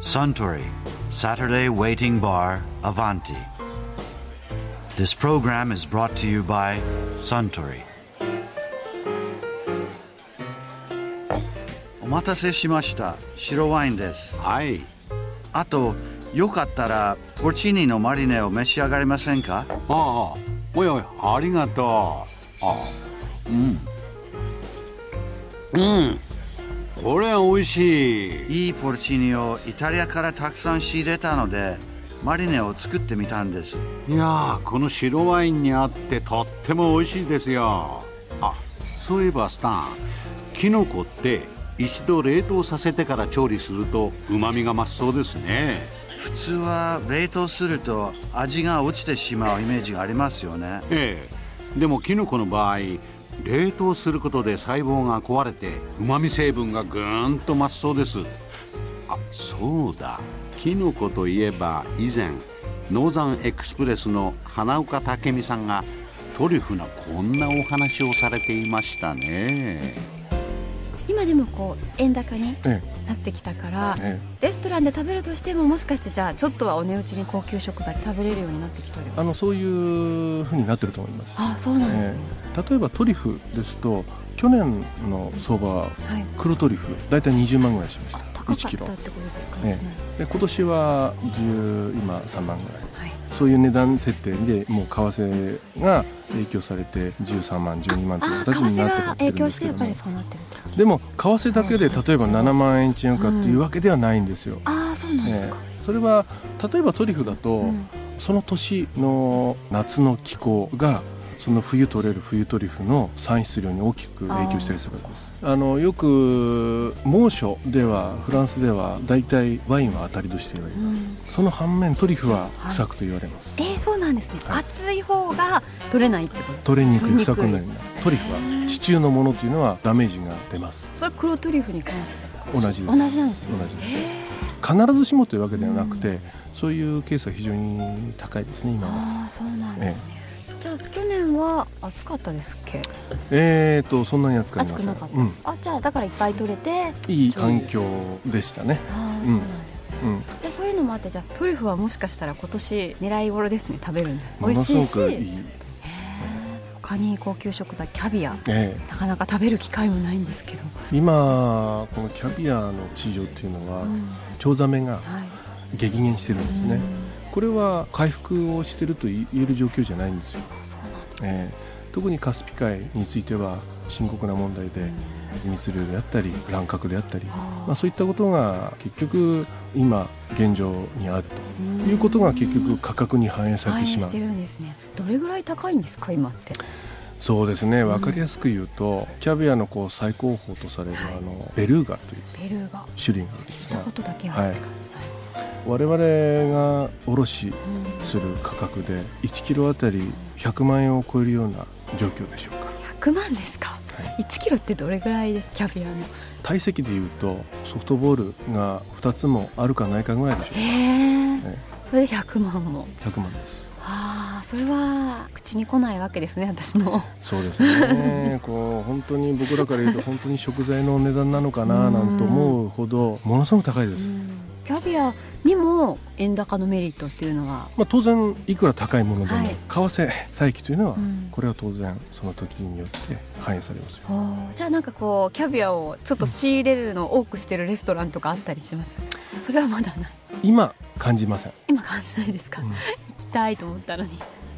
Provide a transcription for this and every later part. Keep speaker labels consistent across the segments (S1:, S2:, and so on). S1: Suntory Saturday Waiting Bar Avanti. This program is brought to you by Suntory. お待たせしました。白ワインです。
S2: はい
S1: あと、よかったらポルチーニのマリネを召し上がりませんか
S2: ああおいおいありがとうあうんうんこれ美味しい
S1: いいポルチーニをイタリアからたくさん仕入れたので、マリネを作ってみたんです。
S2: いやーこの白ワインに合ってとっても美味しいですよあそういえばスタンキノコって一度冷凍させてから調理するとうまみが増すそうですね
S1: 普通は冷凍すると味が落ちてしまうイメージがありますよね
S2: ええでもキノコの場合冷凍することで細胞が壊れてうまみ成分がぐーんと増すそうですあそうだキノコといえば以前ノーザンエクスプレスの花岡武美さんがトリュフのこんなお話をされていましたね
S3: 今でもこう円高に
S4: え
S3: なってきたから
S4: え、え
S3: レストランで食べるとしてももしかしてじゃあちょっとはお値打ちに高級食材食べれるようになってきており
S4: え、あ
S3: ま
S4: の
S3: す
S4: そういう風になってると思います、
S3: あそうなんです
S4: え
S3: ね、
S4: え例えばトリュフですと去年の相場
S3: はい
S4: 黒トリュフ大体20万ぐらいしました
S3: 高か
S4: 1
S3: っ
S4: キロ
S3: たってことですかね
S4: ええ
S3: それ
S4: で今年は10今3万ぐらい
S3: はい
S4: そういう値段設定でもう為替が影響されて13万12万という
S3: あ為
S4: 形
S3: 替
S4: になって
S3: が
S4: って
S3: 影
S4: るん
S3: 響
S4: で
S3: し
S4: す
S3: て
S4: け
S3: や
S4: ど
S3: っぱり
S4: も
S3: そうなってるってこと
S4: でも為替だけで例えば7万円違うかっていうわけではないんですよ、
S3: ああそうなんです
S4: え
S3: か、
S4: えそれは例えばトリュフだと、
S3: うん
S4: その年の夏の気候がその冬取れる冬トリュフの産出量に大きく影響したりするわけですあのよく猛暑ではフランスでは大体ワインは当たり年と言われ
S3: う
S4: ます、
S3: ん
S4: その反面トリュフは不作と言われます、
S3: えー、そうなんですね、
S4: はい
S3: 暑い方が取れないってこと
S4: 取れにくい
S3: 取れにく
S4: 不
S3: い
S4: 作になるトリュフは地中のものというのはダメージが出ます
S3: それ黒トリュフに関してですか
S4: 同じです
S3: 同じなんですね
S4: 同じです
S3: へえ
S4: 必ずしもというわけではなくて、そういうケースは非常に高いですね今は
S3: ああそうなんですね、じゃあ去年は暑かったですっけ
S4: えーとそんなに暑くあり
S3: 暑
S4: ま
S3: く
S4: せん
S3: なかった、
S4: うん、
S3: あじゃあだからいっぱい取れて
S4: いい環境でしたね、
S3: ああ
S4: ん
S3: そうなんですね、
S4: うん、
S3: じゃあそういうのもあってじゃあトリュフはもしかしたら今年狙い頃ですね食べるんで
S4: も
S3: 美
S4: の
S3: 味
S4: す
S3: しい
S4: ご
S3: し
S4: くいい
S3: ちょっとへえ他に高級食材キャビア
S4: え
S3: なかなか食べる機会もないんですけど、
S4: え、今このキャビアの市場っていうのは
S3: うんは
S4: チョウザメが
S3: い
S4: 激減してるんですねこれは回復をしてると言える状況じゃないんですよ、
S3: うんそうなんですね
S4: ええ、特にカスピ海については深刻な問題で密漁であったり乱獲であったり、
S3: あ
S4: まあ、そういったことが結局今現状にある
S3: う
S4: と
S3: ん
S4: いうことが結局価格に反映さ
S3: 反
S4: れて
S3: 映
S4: しま
S3: し
S4: う
S3: てるんですねどれぐらい高いんですか今って
S4: そうですね分かりやすく言うとキャビアのこう最高峰とされるあのベルーガという
S3: ペルーが
S4: 種類があるんで
S3: 聞い
S4: す
S3: た
S4: が
S3: ことだけあるって感じ、はい
S4: 我々が卸
S3: うん
S4: する価格で1キロあたり100万円を超えるような状況でしょうか
S3: 100万ですか、
S4: は
S3: 1キロってどれぐらいですキャビアの
S4: 体積でいうとソフトボールが2つもあるかないかぐらいでしょ
S3: へ
S4: え
S3: えそれで100万も
S4: う100万です
S3: ああそれは口に来ないわけですね私の
S4: そうです ねこう本当に僕らから言うと本当に食材の値段なのかななんて思うほどものすごく高いです、
S3: キャビアにも円高のメリットっていうのは、
S4: まあ、当然いくら高いものでも、
S3: はい
S4: 為替差益というのは
S3: うん
S4: これは当然その時によって反映されますよ
S3: ほうじゃあなんかこうキャビアをちょっと仕入れるのを多くしてるレストランとかあったりしますそれはまだない
S4: 今感じません、
S3: 今感じないですか、
S4: うん
S3: 行きたいと思ったのに、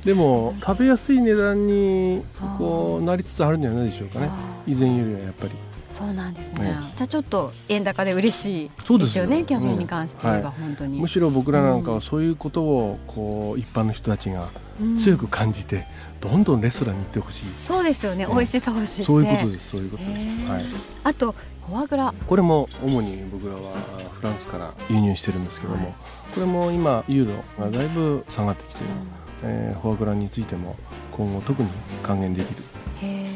S4: でも食べやすい値段に
S3: あー
S4: こうなりつつあるんじゃないでしょうかね
S3: あー
S4: 以前よりはやっぱり
S3: そうなんですね、
S4: ね
S3: じゃあちょっと円高で嬉しい
S4: そうで
S3: ですす
S4: よ
S3: よねキャビアに関して言えば
S4: う
S3: 本当に、
S4: むしろ僕らなんかはそういうことをこう一般の人たちが
S3: うん
S4: 強く感じてどんどんレストランに行ってほしい、
S3: そうですよね、
S4: ね
S3: 美味しさ欲しいって
S4: そういうことですそういうことです、
S3: へー
S4: はい、
S3: あとフォアグラ
S4: これも主に僕らはフランスから輸入してるんですけども、
S3: はい
S4: これも今ユーロがだいぶ下がってきてる、えーフォアグラについても今後特に還元できる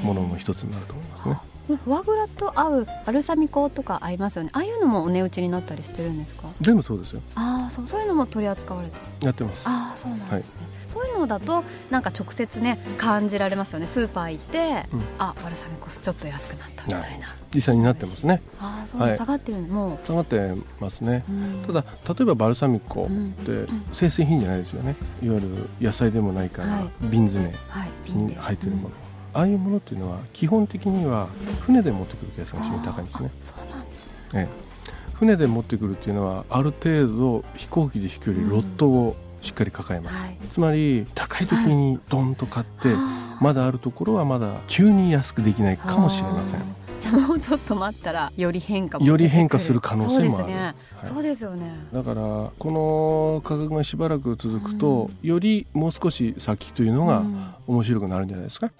S4: ものの一つになると思いますね
S3: そのフォアグラと合うバルサミコとか合いますよねああいうのもお値打ちになったりしてるんですか
S4: 全部そうですよ
S3: ああそうそういうのも取り扱われてる
S4: やってます
S3: ああそうなんですね、そういうののだとなんか直接ね感じられますよねスーパー行って、
S4: うん
S3: あバルサミコ酢ちょっと安くなったみたいな
S4: 実際になってますね
S3: ああそう、なんだ
S4: はい
S3: 下がってるのも
S4: 下がってますね
S3: う、うん
S4: ただ例えばバルサミコ
S3: うん
S4: って生鮮品じゃないですよねいわゆる野菜でもないから、
S3: はい
S4: 瓶詰め
S3: はい瓶
S4: に
S3: で
S4: 入ってるも
S3: う
S4: の、
S3: ん
S4: ああいうものっていうのは基本的には船で持ってくるケースが非常に高いんですね
S3: あそうなんですね
S4: ええ、船で持ってくるっていうのはある程度飛行機で飛くよりロットをしっかり抱えます、
S3: はい
S4: つまり高い時にドンと買って、
S3: あー
S4: まだあるところはまだ急に安くできないかもしれませ
S3: あ
S4: ん
S3: ーじゃあもうちょっと待ったらより変化も
S4: より変化する可能性も
S3: そうです
S4: ある
S3: ね、
S4: はい
S3: そうですよね
S4: だからこの価格がしばらく続くと、よりもう少し先というのが
S3: うん
S4: 面白くなるんじゃないですか、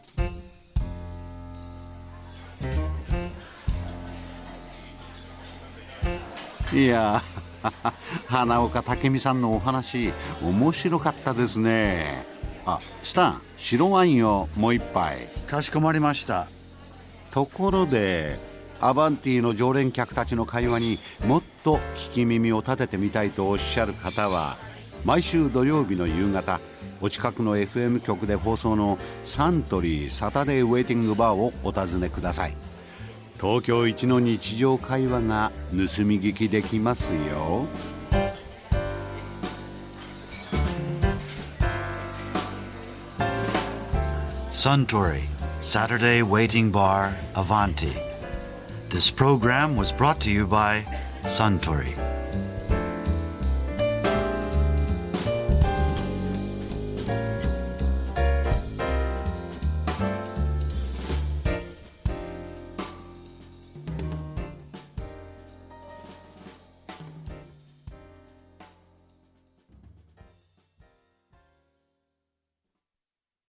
S2: いや ー花岡武美さんのお話面白かったですねあスタン白ワインをもう一杯
S1: かしこまりました。
S2: ところでアバンティの常連客たちの会話にもっと聞き耳を立ててみたいとおっしゃる方は毎週土曜日の夕方お近くの FM 局で放送のサントリーサタデーウェイティングバーをお尋ねください東京一の日常会話が盗み聞きできますよ
S1: Suntory, Saturday Waiting Bar, Avanti. This program was brought to you by Suntory.